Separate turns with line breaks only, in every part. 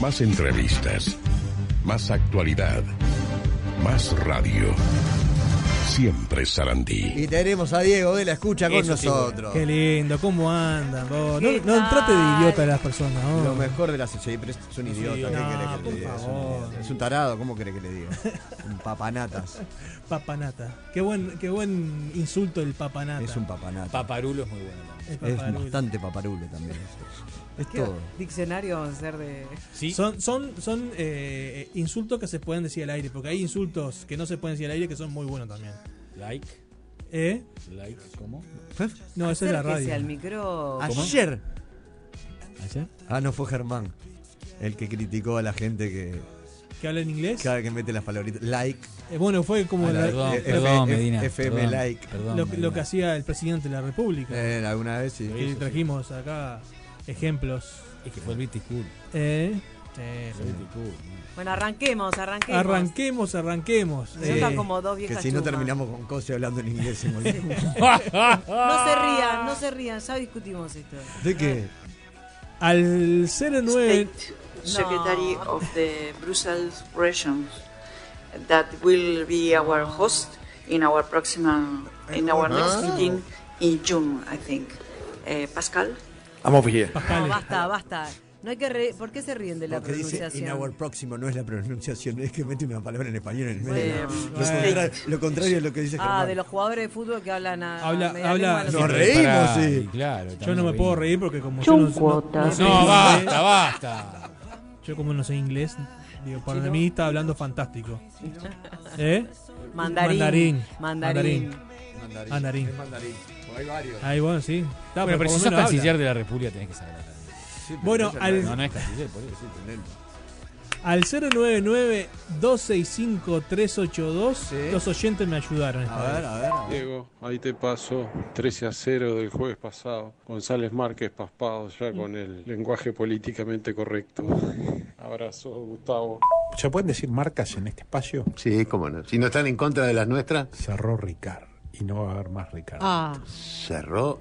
Más entrevistas, más actualidad, más radio. Siempre Sarandí.
Y tenemos a Diego de la escucha con
Eso sí,
nosotros.
Qué lindo, ¿cómo andan vos? No,
¿Qué
no
tal?
trate de idiota a las personas, ¿no?
Lo mejor de la sociedad, pero es un idiota, ¿qué
no,
querés que
por
le diga? Es un
favor.
idiota. Es un tarado, ¿cómo querés que le diga? Un papanatas.
Papanata. Qué buen, qué buen insulto el papanata.
Es un papanata.
Paparulo es muy bueno. también.
El
es
paparulo.
bastante paparulo también. Es
¿Qué
todo.
diccionario vamos a hacer de.?
Sí,
Son, son, son eh, insultos que se pueden decir al aire, porque hay insultos que no se pueden decir al aire que son muy buenos también.
like,
¿Eh?
like, ¿cómo?
No, esa es la
Acérquese
radio.
al micro.
Ayer.
¿Ayer?
Ah, no fue Germán. El que criticó a la gente que
¿Que habla en inglés?
cada que mete las palabritas. Like.
Eh, bueno, fue como la-
Perdón,
F-
perdón,
F-
Medina.
FM
perdón,
like.
Perdón,
lo,
Medina.
lo que hacía el presidente de la República.
Eh, alguna vez sí.
Y trajimos acá ejemplos.
Es que fue el Beatty Cool.
Eh, eh,
Fue el Beatty Cool.
Bueno, arranquemos, arranquemos.
arranquemos, arranquemos.
Son
Eh,
tan como dos
Que
viejas
si no
chumas.
terminamos con Cose hablando en inglés. se molesta.
No
Ah.
se rían, no se rían, ya discutimos esto.
¿De qué?
al 09...
State Secretary of the Brussels region that will be our host in our proximal, in our next meeting in June, I think. Eh, Pascal?
No, basta, basta. No hay que re- ¿Por qué se ríen de la
Porque dice in
pronunciación?
our próximo no es la pronunciación, es que mete una palabra en español en el
Bueno,
medio. lo,
bueno.
contrario, lo contrario es lo que dice
Ah,
Germán.
de los jugadores de fútbol que hablan a.
Habla-
a media
habla-
lengua, no
Nos
sé.
reímos,
Pará,
sí.
y Claro,
Yo
también
no me
reí.
puedo ¿eh? reír porque como yo no, no, no sé
No,
inglés-
basta,
Ah,
basta.
Yo como no sé inglés, digo, para mí está hablando fantástico. ¿Eh?
Mandarín.
Mandarín.
Mandarín.
Mandarín.
Mandarín.
Es mandarín. Hay varios.
Ah, Ahí bueno, sí. Está,
Bueno, pero
por
si
lo
sos
menos
canciller
habla.
de la República tenés que saber. hablar.
Bueno, al,
No, no es canciller, por eso.
al 099-265-382, los oyentes me ayudaron. esta
A ver,
vez.
a ver. a ver.
Diego, ahí te paso 13 a 0 del jueves pasado. González Márquez paspado ya con el lenguaje políticamente correcto. Abrazo, Gustavo.
¿Se pueden decir marcas en este espacio?
Sí, cómo no. Si no están en contra de las nuestras,
Cerró Ricard y no va a haber más Ricard.
Ah,
cerró.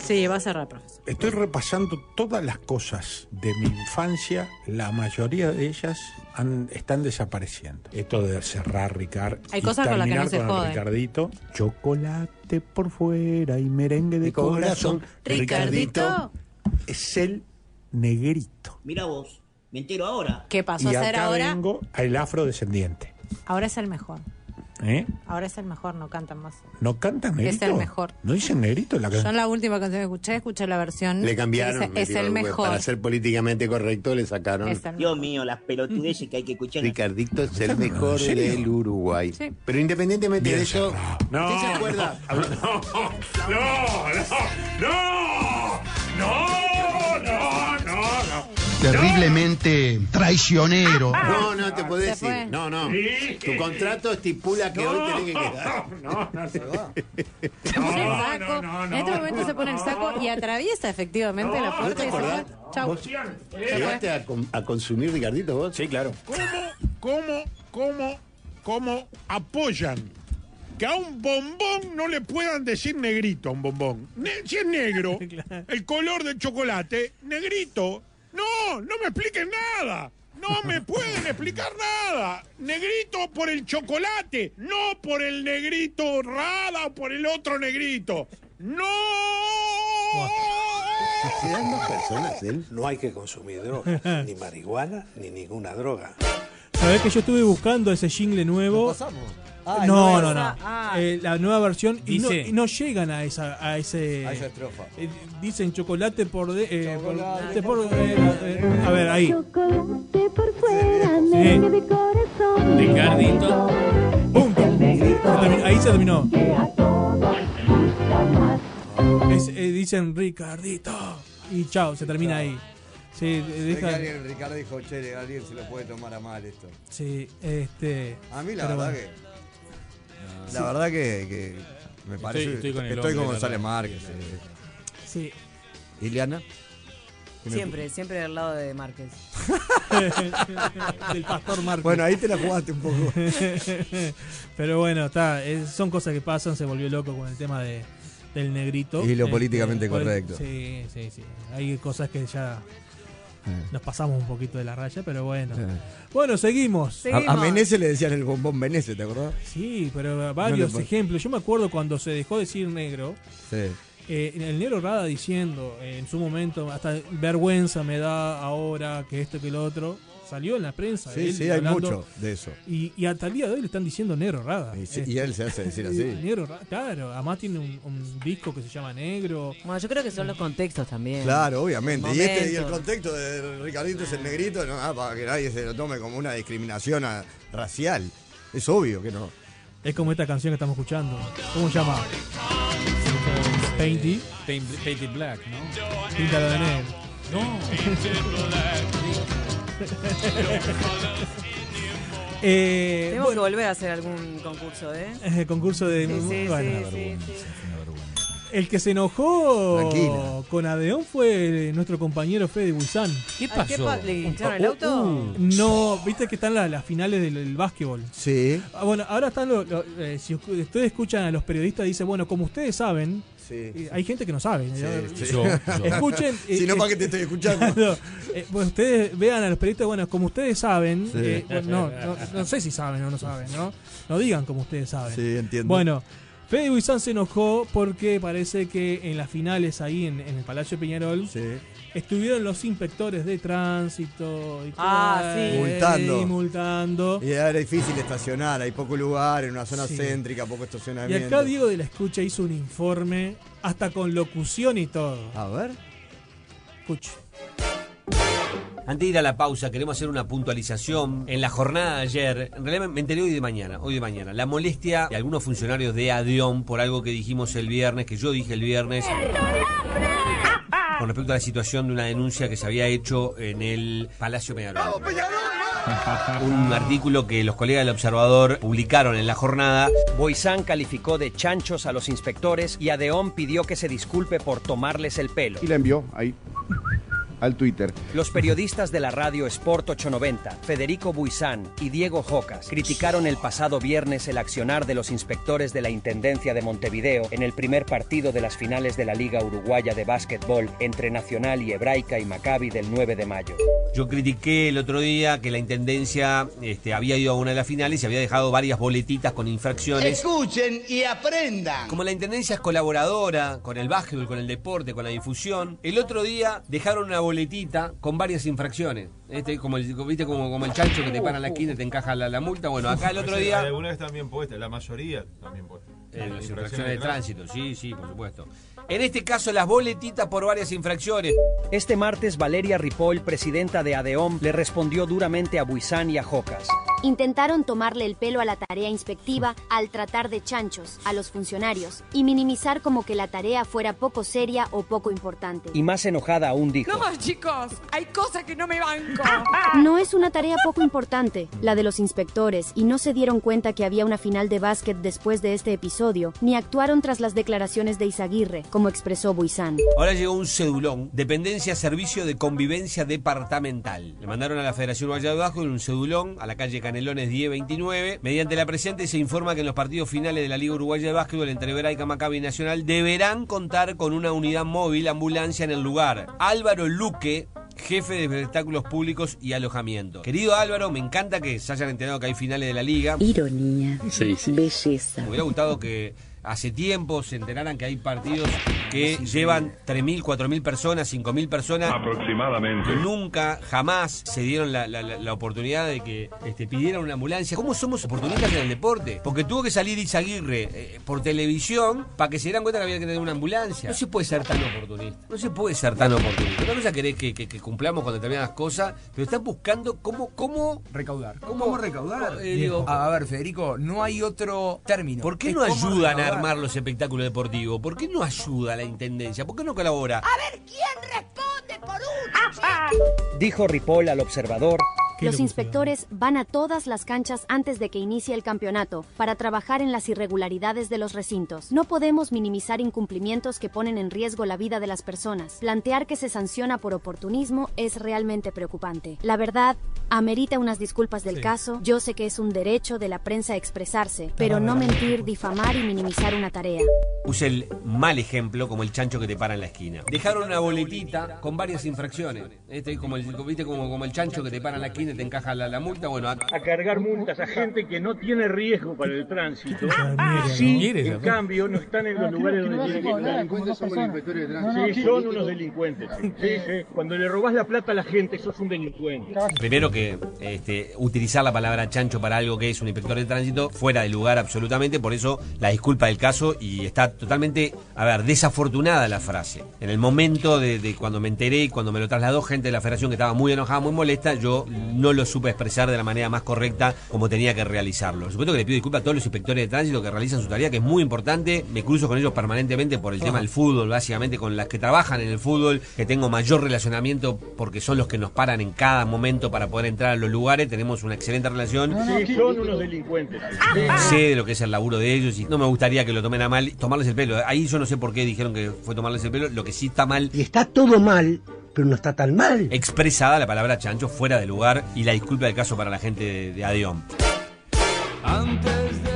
sí, va a cerrar, profesor.
Estoy repasando todas las cosas de mi infancia, la mayoría de ellas han- están desapareciendo. Esto de cerrar Ricard
Hay
y
cosas con las que no
terminar
se
con el
jode.
Ricardito, chocolate por fuera y merengue de
Y con
corazón.
corazón.
Ricardito.
es el negrito.
Mira vos, me entero ahora.
¿Qué pasó
y
a ser
acá
ahora?
vengo al afrodescendiente.
Ahora es el mejor.
¿Eh?
Ahora es el mejor, no cantan más.
¿No cantan negrito?
Es el mejor.
¿No dicen negrito en la
Yo
canción?
en la última canción que escuché, escuché la versión.
Le
que
cambiaron.
dice, es
digo,
el
pues,
mejor.
Para ser políticamente correcto, le sacaron.
Es el
Dios
mejor.
mío, las pelotudeces que hay que escuchar.
Ricardito es el
¿En
mejor
serio?
del Uruguay.
Sí.
Pero independientemente de eso,
No,
¿usted se acuerda?
No, no, no, no, no, no, no.
Terriblemente traicionero.
Ah.
No, no, te
Se
podés decir.
fue.
No, no. Tu contrato estipula que hoy tenés que quedar.
No, no se va.
Se pone el
No, no,
saco.
no,
en este
no,
momento se pone el saco y atraviesa efectivamente la
¿No
puerta
te
y se
acordás?
va. Chau.
¿Vos ¿Llegaste a, com- a consumir Ricardito vos?
Sí, claro.
¿Cómo, cómo, cómo, cómo apoyan que a un bombón no le puedan decir negrito a un bombón? Ne- si es negro, el color del chocolate, negrito. No, no me expliquen nada. No me pueden explicar nada. Negrito por el chocolate, no por el negrito rada o por el otro negrito. No.
¿Eran dos personas él?
No hay que consumir drogas, ni marihuana, ni ninguna droga.
Sabés que yo estuve buscando ese jingle nuevo.
Pasamos. Ah,
no,
nuevo.
no, no.
Ah.
Eh, la nueva versión y no,
Dice-
y no llegan a esa a ese
A esa estrofa.
Eh, dicen chocolate por de, eh, por-
Chocolate
por- eh, eh, a ver ahí.
Chocolate por fuera,
merengue
de corazón.
Ricardito.
Punto. Se terminó- ahí se terminó. Es- eh, dicen Ricardito. Y chao, se termina ahí. Sí,
Sé que
deja-
alguien- Ricardo dijo, che, alguien se lo puede tomar a mal esto.
Sí, este.
A mí la
pero
verdad
bueno.
que.
Sí.
La verdad que, que me
Estoy-
parece.
estoy con el
estoy
hombre,
con
la
González
verdad.
Márquez.
Sí,
eh.
Sí.
Ileana.
Siempre, siempre al lado de Márquez.
Del pastor Márquez.
Bueno, ahí te la jugaste un poco.
Pero bueno, está, es- son cosas que pasan, se volvió loco con el tema de, del negrito.
Y lo
Este,
políticamente
pol-
correcto.
Sí, sí, sí. Hay cosas que ya nos pasamos un poquito de la raya, pero bueno.
Eh.
Bueno, seguimos.
A, a Menezes le decían el bombón Menezes, ¿te acordás?
Sí, pero varios
No le-
ejemplos. Yo me acuerdo cuando se dejó decir negro,
Sí.
eh, el negro Rada diciendo eh, en su momento, hasta vergüenza me da ahora que esto que lo otro, salió en la prensa.
Sí,
él
sí, hay
hablando-
mucho de eso.
Y, y hasta el día de hoy le están diciendo negro Rada.
Y, sí, y él se hace decir
Eh,
así.
Negro Rada, claro. Además tiene un, un disco que se llama Negro.
Bueno, yo creo que son los contextos también.
Claro, obviamente. Y, este, y el
Momentos.
contexto de Ricardito es el negrito, no, ah, para que nadie se lo tome como una discriminación ah, racial. Es obvio que no.
Es como esta canción que estamos escuchando. ¿Cómo se llama? Painty.
Painted Black, ¿no?
Píntalo de negro.
No.
Eh,
Tenemos que volver a hacer algún concurso, ¿eh?
Eh, concurso de-
Sí, sí,
bueno.
sí,
Una
sí, sí.
El que se enojó
Tranquila.
con Adeón fue eh, nuestro compañero Fede Buizán.
¿Qué Ay, ¿qué pasó? pa- le hincharon el auto?
oh, uh.
no, viste que están la- las, finales del, del básquetbol.
Sí.
Ah, Bueno, ahora están los. los, eh, si uscu- ustedes escuchan a los periodistas, dice, bueno, como ustedes saben, eh, hay gente que no sabe. ¿no?
sí. Yo, yo.
Escuchen. eh,
Si no, ¿para qué te estoy escuchando?
Claro. Eh, bueno, ustedes vean a los periodistas, bueno, como ustedes saben,
Sí.
eh, bueno, no, no- no sé si saben o no saben, ¿no? No digan como ustedes saben.
Sí, entiendo.
Bueno, Fede Buizán se enojó porque parece que en las finales ahí en, en el Palacio Peñarol estuvieron los inspectores de tránsito y
Ah,
todo,
sí.
Multando.
y multando.
Y era difícil estacionar, hay poco lugar, en una zona
Sí.
céntrica, poco
Y
estacionamiento.
acá Diego de la Escucha hizo un informe, hasta con locución y todo.
A ver.
Escuche.
Antes de ir a la pausa, queremos hacer una puntualización. En la jornada de ayer, en realidad me enteré hoy de mañana, hoy de mañana, la molestia de algunos funcionarios de Adeón por algo que dijimos el viernes, que yo dije el viernes. Con respecto a la situación de una denuncia que se había hecho en el Palacio Peñarol. Un artículo que los colegas del Observador publicaron en la jornada.
Boizán calificó de chanchos a los inspectores y Adeón pidió que se disculpe por tomarles el pelo.
Y la envió ahí al Twitter.
Los periodistas de la radio Sport 890, Federico Buizán y Diego Jocas, criticaron el pasado viernes el accionar de los inspectores de la Intendencia de Montevideo en el primer partido de las finales de la Liga Uruguaya de Básquetbol entre Nacional y Hebraica y Maccabi del 9 de mayo.
Yo critiqué el otro día que la intendencia este, había ido a una de las finales y había dejado varias boletitas con infracciones.
Escuchen y aprendan.
Como la intendencia es colaboradora con el básquetbol, con el deporte, con la difusión, el otro día dejaron una boletita con varias infracciones. Este, como el, como- ¿Viste? Como, como el chancho que te para en la esquina y te encaja la, la multa. Bueno, acá el otro
Hay
eh,
día.
Algunas están bien puestas, la mayoría también puestas.
Eh, las infracciones de tránsito, sí, sí, por supuesto. En este caso, las boletitas por varias infracciones.
Este martes, Valeria Ripoll, presidenta de ADEOM, le respondió duramente a Buizán y a Jocas.
Intentaron tomarle el pelo a la tarea inspectiva al tratar de chanchos a los funcionarios y minimizar como que la tarea fuera poco seria o poco importante.
Y más enojada aún dijo.
No, chicos, hay cosas que no me banco. No es una tarea poco importante, la de los inspectores, y no se dieron cuenta que había una final de básquet después de este episodio, ni actuaron tras las declaraciones de Izaguirre, como expresó Buizán.
Ahora llegó un cedulón, Dependencia Servicio de Convivencia Departamental. Le mandaron a la Federación Uruguaya de Bajo en un cedulón a la calle Canelones 1029. Mediante la presente se informa que en los partidos finales de la Liga Uruguaya de Básquetbol entre Veraica, Maccabi y Nacional deberán contar con una unidad móvil ambulancia en el lugar. Álvaro Luque, jefe de espectáculos públicos y alojamiento. Querido Álvaro, me encanta que se hayan enterado que hay finales de la Liga.
Ironía, belleza.
Me hubiera gustado que hace tiempo se enteraran que hay partidos que llevan 3.000, 4.000 personas, 5.000 personas.
Ah,
Aproximadamente. Nunca, jamás se dieron la, la- la- la oportunidad de que este, pidieran una ambulancia. ¿Cómo somos oportunistas en el deporte? Porque tuvo que salir Izaguirre eh, por televisión para que se dieran cuenta que había que tener una ambulancia. No se puede ser tan oportunista. No se puede ser tan oportunista. Una cosa querés que, que- que cumplamos con determinadas cosas, pero están buscando cómo... cómo
Recaudar. ¿Cómo, recaudar?
Eh, digo-
a ver, Federico, no hay otro término.
¿Por qué no ayudan a armar los espectáculos deportivos? ¿Por qué no ayuda a la intendencia? ¿Por qué no colabora?
ver, ¿quién responde por uno,
Ah, Dijo Ripoll al observador.
Los inspectores van a todas las canchas antes de que inicie el campeonato para trabajar en las irregularidades de los recintos. No podemos minimizar incumplimientos que ponen en riesgo la vida de las personas. Plantear que se sanciona por oportunismo es realmente preocupante. La verdad, amerita unas disculpas del
Sí.
caso. Yo sé que es un derecho de la prensa expresarse, pero
no,
no
no, no,
mentir, difamar y minimizar una tarea.
Usa el mal ejemplo como el chancho que te para en la esquina. Dejaron una boletita con varias infracciones. Este, como el, como- ¿viste? Como, como el chancho que te para en la esquina y te encaja la, la multa. Bueno, acá.
a cargar multas a gente que no tiene riesgo para el tránsito.
Ah,
Ah,
mierda, ¿no?
Sí,
Quieres,
en
¿no?
cambio, no están
Ah,
en los lugares donde tienen que estar. Sí, son unos delincuentes. Sí, sí. Cuando le robás la plata a la gente, sos un delincuente.
Primero que este, utilizar la palabra chancho para algo que es un inspector de tránsito fuera de lugar absolutamente, por eso la disculpa del caso y está totalmente, a ver, desafortunada la frase. En el momento de, de cuando me enteré y cuando me lo trasladó gente de la federación que estaba muy enojada, muy molesta, yo no lo supe expresar de la manera más correcta como tenía que realizarlo. Por supuesto que le pido disculpas a todos los inspectores de tránsito que realizan su tarea, que es muy importante, me cruzo con ellos permanentemente por el
Ajá.
tema del fútbol, básicamente con las que trabajan en el fútbol, que tengo mayor relacionamiento porque son los que nos paran en cada momento para poder entrar a los lugares, tenemos una excelente relación.
Sí, son unos delincuentes. Sí,
Sé de lo que es el laburo de ellos y no me gustaría que lo tomen a mal, tomarles el pelo. Ahí yo no sé por qué dijeron que fue tomarles el pelo, lo que sí está mal
Y está todo mal, pero no está tan mal.
expresada la palabra chancho fuera de lugar y la disculpa del caso para la gente de, de Adión.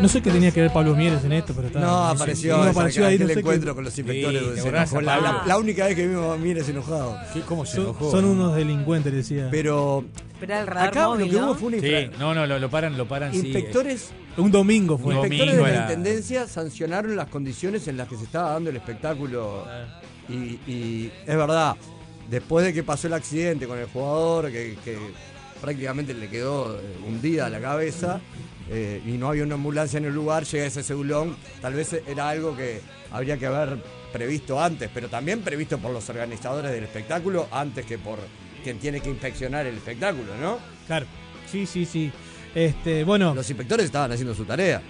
No sé qué tenía que ver Pablo Mieres en esto, pero está.
No,
sí,
apareció,
sí,
esa-
apareció ahí,
aquel
no sé
encuentro
qué-
con los inspectores.
Sí,
donde
te
se
acordás
enojó.
esa
la, la-
palabra.
la única vez que vimos a Mieres enojado. ¿Cómo se
Son, son unos delincuentes, decía.
Pero
Pero era el radar
acá lo
móvil,
que
¿no?
hubo fue una infracción.
Sí, no, no, lo, lo paran, lo paran, sí.
Inspectores-
Un domingo
Los
fue.
inspectores de la
era-
intendencia sancionaron las condiciones en las que se estaba dando el espectáculo. Y, y es verdad, después de que pasó el accidente con el jugador, que, que prácticamente le quedó eh, hundida la cabeza, eh, y no había una ambulancia en el lugar, llega ese ceulón, tal vez era algo que habría que haber previsto antes, pero también previsto por los organizadores del espectáculo antes que por quien tiene que inspeccionar el espectáculo, ¿no?
Claro, sí, sí, sí. Este, bueno.
Los inspectores estaban haciendo su tarea.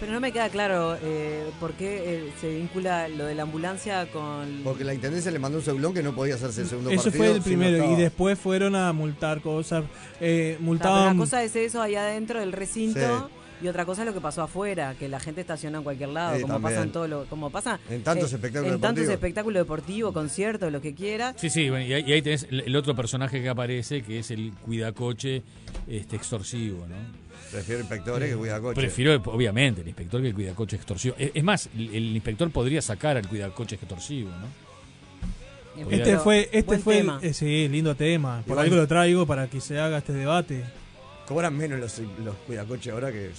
Pero no me queda claro eh, por qué eh, se vincula lo de la ambulancia con...
Porque la intendencia le mandó un ceulón que no podía hacerse el segundo
Eso
partido.
fue el
si no
primero. y
estaba.
después fueron a multar cosas. Eh,
Ah, pero
multaban.
una cosa es eso allá adentro del recinto y otra cosa es lo que pasó afuera, que la gente estaciona en cualquier lado,
Sí,
como pasa en
también.
todo lo, como pasa eh,
En tantos espectáculos
en tantos
deportivos.
espectáculos deportivos, conciertos, lo que quieras.
Sí, sí, bueno, y ahí, y ahí tenés el el otro personaje que aparece, que es el cuidacoche este, extorsivo, ¿no?
Prefiero inspectores que cuidacoches.
Prefiero, obviamente, el inspector que el cuidacoche extorsivo. Es, es más, el, el inspector podría sacar al cuidacoche extorsivo, ¿no? Podría-
Este fue, este
Buen
fue, el,
tema.
eh, sí, lindo tema. Por
Igual-
algo lo traigo para que se haga este debate.
Cobran menos los, los cuidacoches ahora que,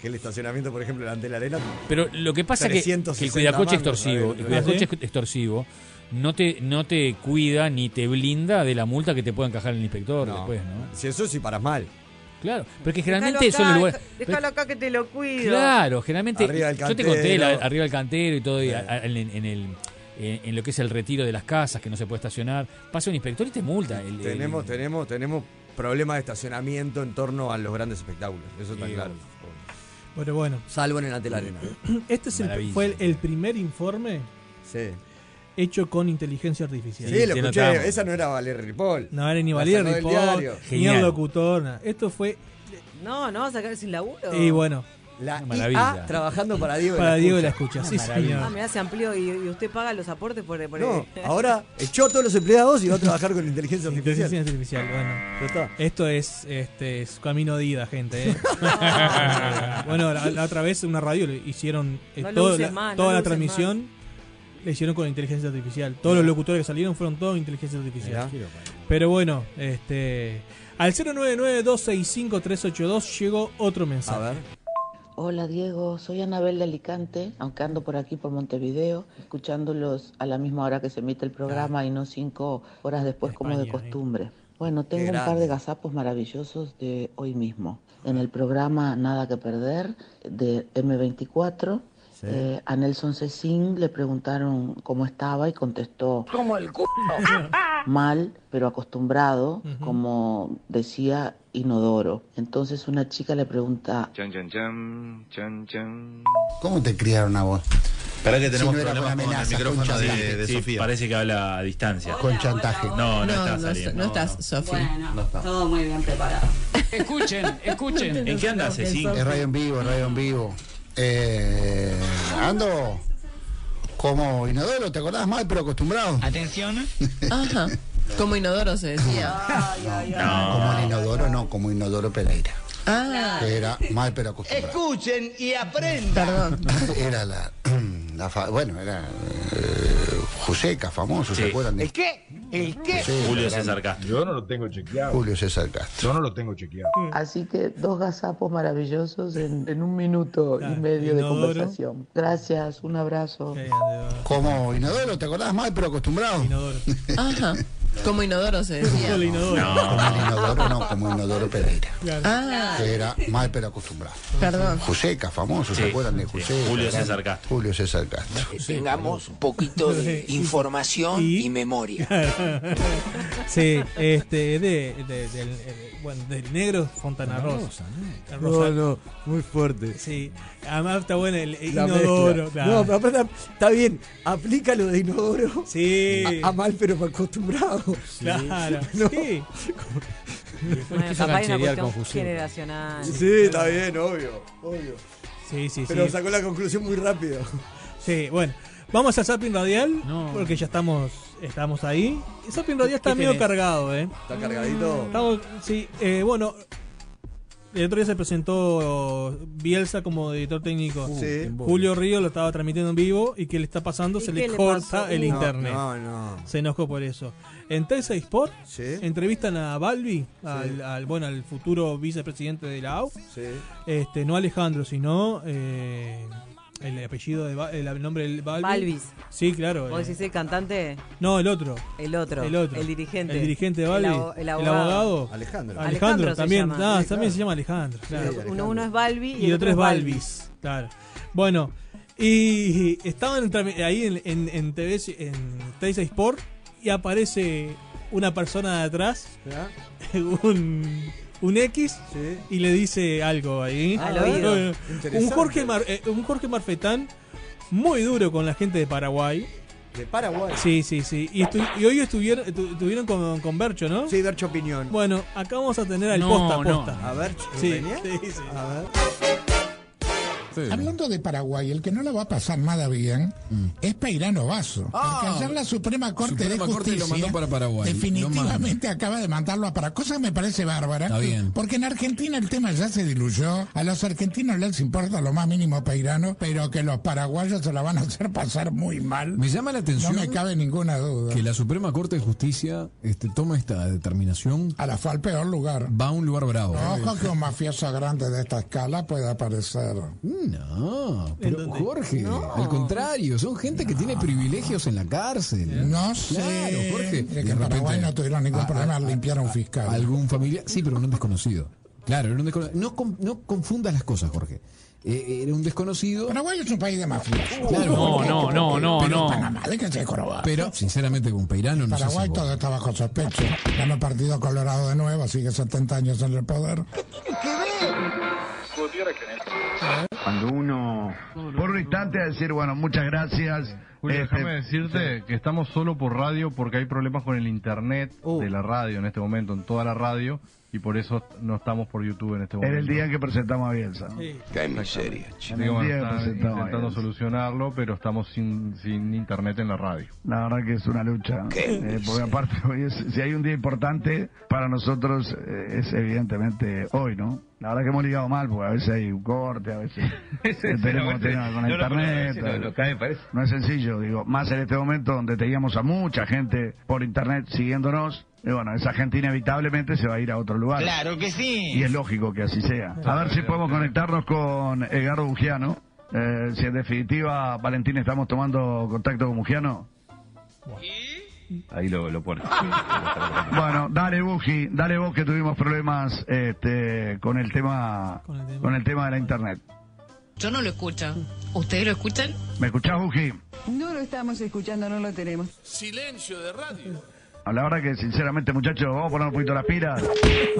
que el estacionamiento, por ejemplo, delante de la arena.
Pero lo que pasa es que, que el cuidacoche extorsivo, el
¿Ah,
cuidacoche extorsivo no te, no te cuida ni te blinda de la multa que te pueda encajar el inspector después, ¿no?
Si eso sí paras mal.
Claro, pero es que
Déjalo
generalmente eso
acá,
es lugar.
deja- Déjalo acá que te lo cuido.
Claro, generalmente
Arriba del
yo te
cantero.
conté la- arriba del cantero y todo y a- a- en, en el en, en lo que es el retiro de las casas que no se puede estacionar, pasa un inspector y te multa. el- el-
Tenemos, tenemos, tenemos problemas de estacionamiento en torno a los grandes espectáculos. Eso está
Sí,
claro.
Pero bueno.
Salvo en el ante la arena.
Este es el-
Maravilla.
fue el, el primer informe
Sí.
hecho con inteligencia artificial.
Sí, lo escuché. Esa no era Valeria Ripoll.
No era ni
La
Valeria
sacó del
Ripoll,
diario.
ni el locutor. nada. Esto fue.
No, no vas a quedar sin laburo.
Y bueno.
La
maravilla.
IA trabajando para Diego
Para
de la
Diego de la
Escucha.
Escucha, sí,
Una maravilla.
señor.
Ah, mirá, se amplió y, y usted paga los aportes por, por
No, ahora echó a todos los empleados y va a trabajar con inteligencia artificial.
Inteligencia artificial, bueno. Esto es este es camino de ida, gente. ¿eh? bueno, la, la otra vez en una radio le hicieron eh,
No lo
todo
uses
la-
más, no
toda
lo
la
uses
transmisión. Le hicieron con inteligencia artificial. Todos los locutores que salieron fueron todos inteligencia artificial.
Mirá.
Pero bueno, este al 099-265-382 llegó otro mensaje.
Hola Diego, soy Anabel de Alicante, aunque ando por aquí por Montevideo, escuchándolos a la misma hora que se emite el programa y no cinco horas después como de costumbre. Bueno, tengo un par
grande.
de gazapos maravillosos de hoy mismo. En el programa Nada que Perder de M24, eh, a Nelson Cecín le preguntaron cómo estaba y contestó
Como el culo.
mal, pero acostumbrado, como decía, inodoro. Entonces una chica le pregunta
Chan, chan, chan, chan, chan.
¿Cómo te criaron a vos?
Espera que tenemos
Si no era
problemas
por
con el
amenazas,
micrófono
con
de,
chantaje.
de
Sí,
Sofía. Parece que habla a distancia.
Con chantaje.
No, no, está
no,
saliendo.
no estás, Sofi.
Todo muy bien preparado. Escuchen, escuchen.
¿En qué andas, Ceci?
Es radio en vivo, es radio en vivo. Eh, ando como inodoro, ¿te acordás mal, pero acostumbrado? Atención. Ajá. Como inodoro se decía. Como el inodoro, no, como inodoro Pereira.
Ah.
Que era mal, pero acostumbrado.
Escuchen y aprendan. Perdón.
Era la. la fa- bueno, era. eh, Juseca, famoso, ¿se acuerdan? de-
¿El qué? ¿El qué?
Sí,
Julio
grande.
César Castro. Yo no lo tengo chequeado.
Julio César Castro.
Yo no lo tengo chequeado.
Así que Eh, dos gazapos maravillosos en, en un minuto y medio de
inodoro.
conversación. Gracias, un abrazo.
Como inodoro, ¿te acordás mal, pero acostumbrado? Inodoro. Ajá.
Como inodoro se decía.
Como el inodoro, no, como inodoro Pereira.
Ah.
Que era mal, pero acostumbrado.
Perdón.
Juseca, famoso, ¿se
Sí,
acuerdan de
sí.
Juseca?
Julio
Gran-
César Castro.
Julio César Castro.
Tengamos un poquito de información y memoria.
Sí, este, de, de- del, eh, bueno, del negro Fontana
Fontana
Rosa.
Rosa,
El
No,
Rosa-
no, muy fuerte.
Sí, además está bueno el
La
inodoro,
mezcla.
claro.
No, pero aparte está bien, aplica lo de inodoro.
Sí.
A, a mal, pero acostumbrado.
Claro,
Ah, No.
sí.
Bueno,
Quiso
capaz hay una
cancherear
cuestión
con Fusil.
generacional.
Sí, está bien, obvio, obvio.
Sí, sí,
Pero
sí.
sacó la conclusión muy rápido.
Sí, bueno. Vamos a Zapping Radial, porque ya estamos, estamos ahí. Y Zapping Radial está
¿Qué
medio
tenés?
cargado, ¿eh?
¿Está cargadito?
Estamos- sí, eh, bueno. El otro día se presentó Bielsa como editor técnico.
Uh, Sí.
Julio Río lo estaba transmitiendo en vivo y que le está pasando,
¿Y
se
qué
le,
le pasó?
corta el
No,
internet.
no, no.
Se enojó por eso. En Telsa Sport entrevistan a Balbi, al, al- bueno, al futuro vicepresidente de la AU. Este, no Alejandro, sino eh, el apellido de Ba- el, nombre del Balbi.
Balvis.
Sí, claro.
¿Vos
eh.
decís el cantante?
No, el otro.
El otro.
El otro.
El dirigente.
El dirigente de
El
Balbi.
abo- el
el
abogado.
abogado.
Alejandro.
Alejandro,
Alejandro se
también.
llama.
Ah,
Sí,
también
claro.
se llama Alejandro. claro.
Uno, uno es Balbi
Y, otro es Balvis. Claro. Bueno, y estaban tra- ahí en, en, en TV, en Televisa Sport, y aparece una persona de atrás, un, un X, y le dice algo ahí.
Al oído.
Bueno, un,
Interesante.
Jorge Mar- eh, un Jorge Marfetán muy duro con la gente de Paraguay.
De Paraguay.
Sí, sí, sí. Y, estu- y hoy estuvieron, estu- estuvieron con, con Bercho, ¿no?
Sí, Bercho Opinión.
Bueno, acá vamos a tener al
No,
posta
no. Ah,
posta.
A ver,
sí,
¿venía?
sí, sí.
Hablando de Paraguay, el que no la va a pasar nada bien es Peirano Vaso. porque ayer la Suprema Corte
Ah. Suprema
de
Corte
Justicia
lo mandó para Paraguay,
definitivamente acaba de mandarlo a Paraguay, cosa que me parece bárbara.
Está bien.
Porque en Argentina el tema ya se diluyó. A los argentinos les importa lo más mínimo Peirano, pero que los paraguayos se la van a hacer pasar muy mal.
Me llama la atención
No me cabe ninguna duda.
que la Suprema Corte de Justicia este, toma esta determinación.
A la fue al peor lugar.
Va a un lugar bravo.
Ojo que un mafioso grande de esta escala puede aparecer.
No, pero Jorge, al contrario, son gente que tiene privilegios en la cárcel.
No
Claro,
sé.
Jorge. Ah,
Es que en Paraguay no tuvieron ningún problema al limpiar a un fiscal.
Algún familiar, sí, pero no un desconocido. Claro, era un descono- No, com- no confundas las cosas, Jorge. Eh, era un desconocido.
Paraguay es un país de mafias.
Claro,
No,
no, no, no,
Pero
no.
Panamá, déjense de jorobar.
Pero, sinceramente, con Peirano no sé si
Paraguay todo está bajo sospecha. Ganó el Partido Colorado de nuevo, sigue 70 años en el poder.
Cuando uno... Por un instante a decir, bueno, muchas gracias.
Julio,
Este,
déjame decirte que estamos solo por radio porque hay problemas con el internet
Oh.
de la radio en este momento, en toda la radio, y por eso no estamos por YouTube en este
Era
momento.
el día en que presentamos a Bielsa.
Qué miseria,
En el día que presentamos a
intentando
Bielsa.
solucionarlo, pero estamos sin, sin internet en la radio.
La verdad que es una lucha. Eh, porque aparte, hoy es- si hay un día importante para nosotros, eh, es evidentemente hoy, ¿no? La verdad que hemos ligado mal, porque a veces hay un corte, a veces tenemos que tener con
No, no, pero a
internet.
veces no- no cae, parece.
No es sencillo, digo, más en este momento donde teníamos a mucha gente por internet siguiéndonos. Y bueno, esa gente inevitablemente se va a ir a otro lugar.
Claro que sí.
Y es lógico que así sea. A ver si podemos conectarnos con Edgardo Bugiano. Eh, si en definitiva, Valentín, estamos tomando contacto con Bugiano.
Ahí lo, lo pone.
Bueno, dale Buji, dale vos que tuvimos problemas este, con el tema con el tema, de la internet. Yo no lo escucho. ¿Ustedes lo escuchan? ¿Me escuchás Buji? No lo estamos escuchando, no lo tenemos.
Silencio de radio.
La verdad que sinceramente muchachos, vamos a poner un poquito las pilas.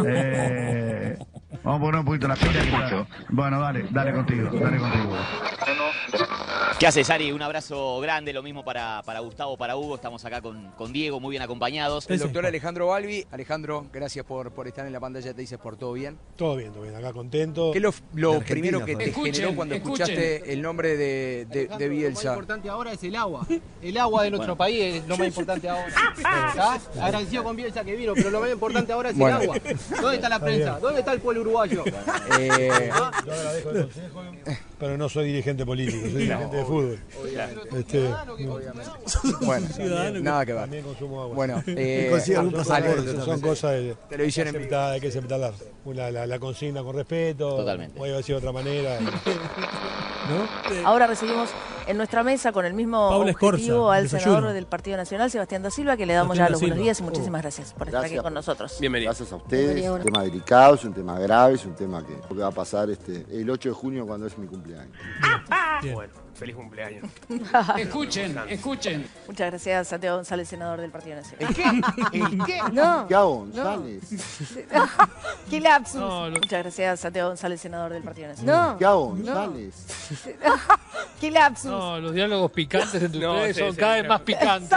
Eh, vamos a poner un poquito las pilas. que está- Bueno, dale, dale contigo, dale contigo.
¿Qué haces, Ari? Un abrazo grande, lo mismo para, para Gustavo, para Hugo. Estamos acá con, con Diego, muy bien acompañados.
El doctor Alejandro Balbi. Alejandro, gracias por, por estar en la pantalla. Te dices por todo bien.
Todo bien, todo bien. Acá contento.
¿Qué es lo,
De
lo
Argentina,
primero que te
Fabián.
generó cuando
escuchen.
escuchaste el nombre de, de- de Bielsa? importante ahora es el agua. El agua de nuestro Bueno. país es lo más importante ahora. ¿Está? Agradecido con Bielsa que vino, pero lo más importante ahora es Bueno. el agua. ¿Dónde está la
Está
prensa?
bien.
¿Dónde está el pueblo uruguayo?
Eh,
¿Ah?
yo agradezco el consejo, pero no soy dirigente político, soy dirigente de fútbol. Este, no.
Bueno, eh,
Ciudadano
nada que ver.
También consumo agua.
Bueno, eh,
eh,
algún
son
pasaporte
cosas-
también.
son cosas de,
Televisión
hay
en
que aceptar, hay que aceptar la, una- la- la consigna con respeto. Totalmente. Voy a decir de otra manera. ¿No?
Ahora recibimos en nuestra mesa con el mismo
Paula Escorza,
objetivo al
desayuno.
senador del Partido Nacional, Sebastián da Silva, que le damos
Sebastián
ya los
da
buenos
Silva. Oh.
días y muchísimas gracias por estar aquí
Gracias.
con nosotros.
Bienvenido. Gracias a ustedes.
Bienvenido.
Es un tema delicado, es un tema grave, es un tema que, lo que va a pasar este, el 8 de junio cuando es mi cumpleaños.
Bueno, feliz cumpleaños.
escuchen, escuchen. Muchas gracias, Santiago González, senador del Partido Nacional.
¿El qué?
No.
¿Qué hago, González?
¿Qué lapsus? Muchas gracias, Santiago González, senador del Partido Nacional.
¿Qué hago, González?
¿Qué lapsus?
No, los diálogos picantes entre
No,
ustedes
sí,
son
sí,
cada
sí.
vez más picantes.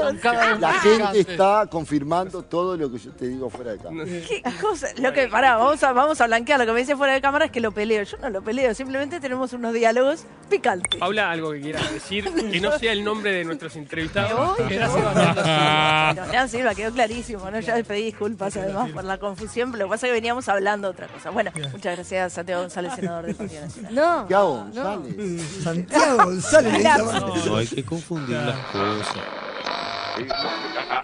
Son cada vez
La
más
gente
picantes.
está confirmando todo lo que yo te digo fuera de cámara.
¿Qué cosa? Lo que, pará, vamos a, vamos a blanquear. Lo que me dice fuera de cámara es que lo peleo. Yo no lo peleo, simplemente tenemos unos diálogos picantes.
Paula, algo que quieras decir, que no sea el nombre de nuestros entrevistados.
Me voy, me voy. Sebastián Silva, quedó clarísimo, ¿no? Ya le pedí disculpas además por la confusión, pero lo que pasa es que veníamos hablando otra cosa. Bueno, muchas gracias, Santiago González, senador del Partido Nacional. No.
¿Qué hago, González?
Santiago González.
No hay que confundir las cosas.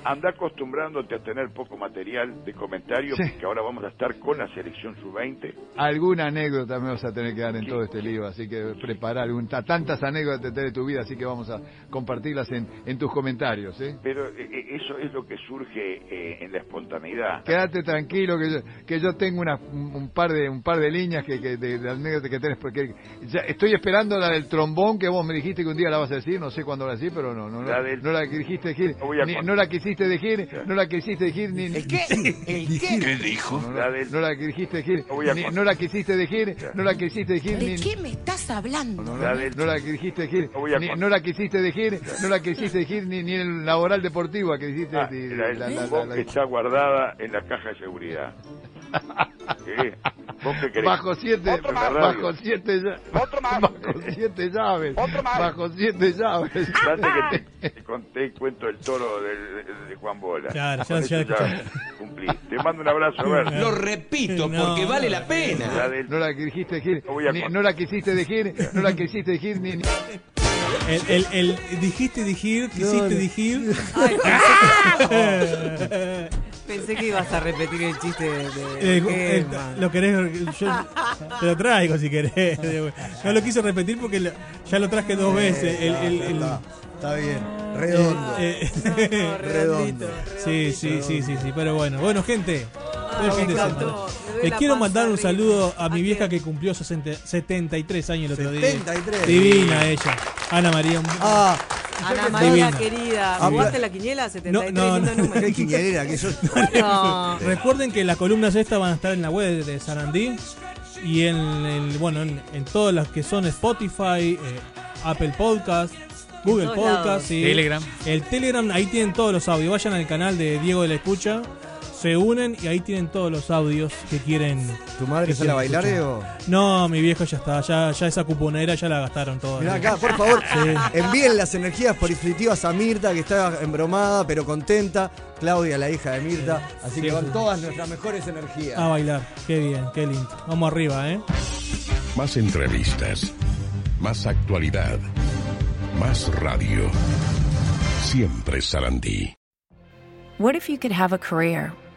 Anda acostumbrándote a tener poco material de comentarios, que ahora vamos a estar con la selección sub-20.
Alguna anécdota me vas a tener que dar en todo este libro, así que prepara algún- ta- tantas anécdotas de tu vida, así que vamos a compartirlas en, en tus comentarios. ¿eh?
Pero eh, eh, eso es lo que surge eh, en la espontaneidad.
Quédate tranquilo que yo, que yo tengo una- un un par de un par de líneas que, que- de, de anécdotas que tenés porque ya estoy esperando la del trombón que vos me dijiste que un día la vas a decir, no sé cuándo la decís, pero no no no
La
no la,
del-
dijiste decir,
No voy a
ni-
contar.
no la quisiste decir, no la quisiste decir ni
¿El qué? ¿Qué dijo?
No, la, no la quisiste decir,
voy a
ni-
contar.
no la quisiste decir, no la quisiste decir ni
me estás hablando?
no, no, no la quisiste decir, ni- no la quisiste decir, no la quisiste decir ni, ni en el laboral deportivo que hiciste
Ah,
ni-
la del
la- la- la-
bombón
la-
que está guardada en la caja de seguridad. ¿Qué? ¿Vos qué querés?
Bajo siete,
Otro más.
bajo siete, lla- bajo siete llaves, bajo siete llaves.
Basta que te, te conté el cuento del toro del- de, de Juan Bola.
Claro, ya-
Con
ya
eso cumplí. Te mando un abrazo, a ver.
Lo repito, porque vale la pena.
La del-
No la quisiste decir,
voy a
ni-
con-
no la quisiste decir, no la quisiste decir ni... ni-
El, el, el dijiste dijir,
No,
quisiste
no.
dijir.
Ay,
Eh,
Pensé que ibas a repetir el chiste de.
eh,
de
eh,
Germán.
lo querés, yo te lo traigo si querés. No lo quise repetir porque lo- ya lo traje dos veces. El, el, el-
Está bien, redondo.
Eh,
Redondo.
Sí, sí, sí, sí, sí, pero bueno. Bueno, gente.
me
gente
encantó.
santa.
Me duele
Le
la
quiero
panza
mandar un
arriba.
saludo a mi vieja que cumplió 60 73 años el otro día.
73.
Divina ella. Ana María. un-
Ah,
Ana
Divina.
María, querida,
Divina.
¿jugaste la quiniela? 73,
No, no,
lindo
no.
número.
Qué
quinielera que sos.
No.
Recuerden que las columnas estas van a estar en la web de San Andí y en, el- bueno en, en todas las que son Spotify, eh, Apple Podcast, Google
todos lados.
Podcast, sí.
Telegram.
El Telegram, ahí tienen todos los audios. Vayan al canal de Diego de la Escucha, se unen y ahí tienen todos los audios que quieren.
¿Tu madre
que
sale a
quieren
bailar,
escuchar. No, mi viejo ya está, ya, ya esa cuponera ya la gastaron toda.
Mirá acá, por favor,
Sí.
envíen las energías positivas a Mirta, que está embromada pero contenta. Claudia, la hija de Mirta. Así
Sí,
que van
sí.
todas nuestras mejores energías.
A bailar, qué bien, qué lindo. Vamos arriba, ¿eh?
Más entrevistas, más actualidad, más radio. Siempre Sarandí.
What if you could have a career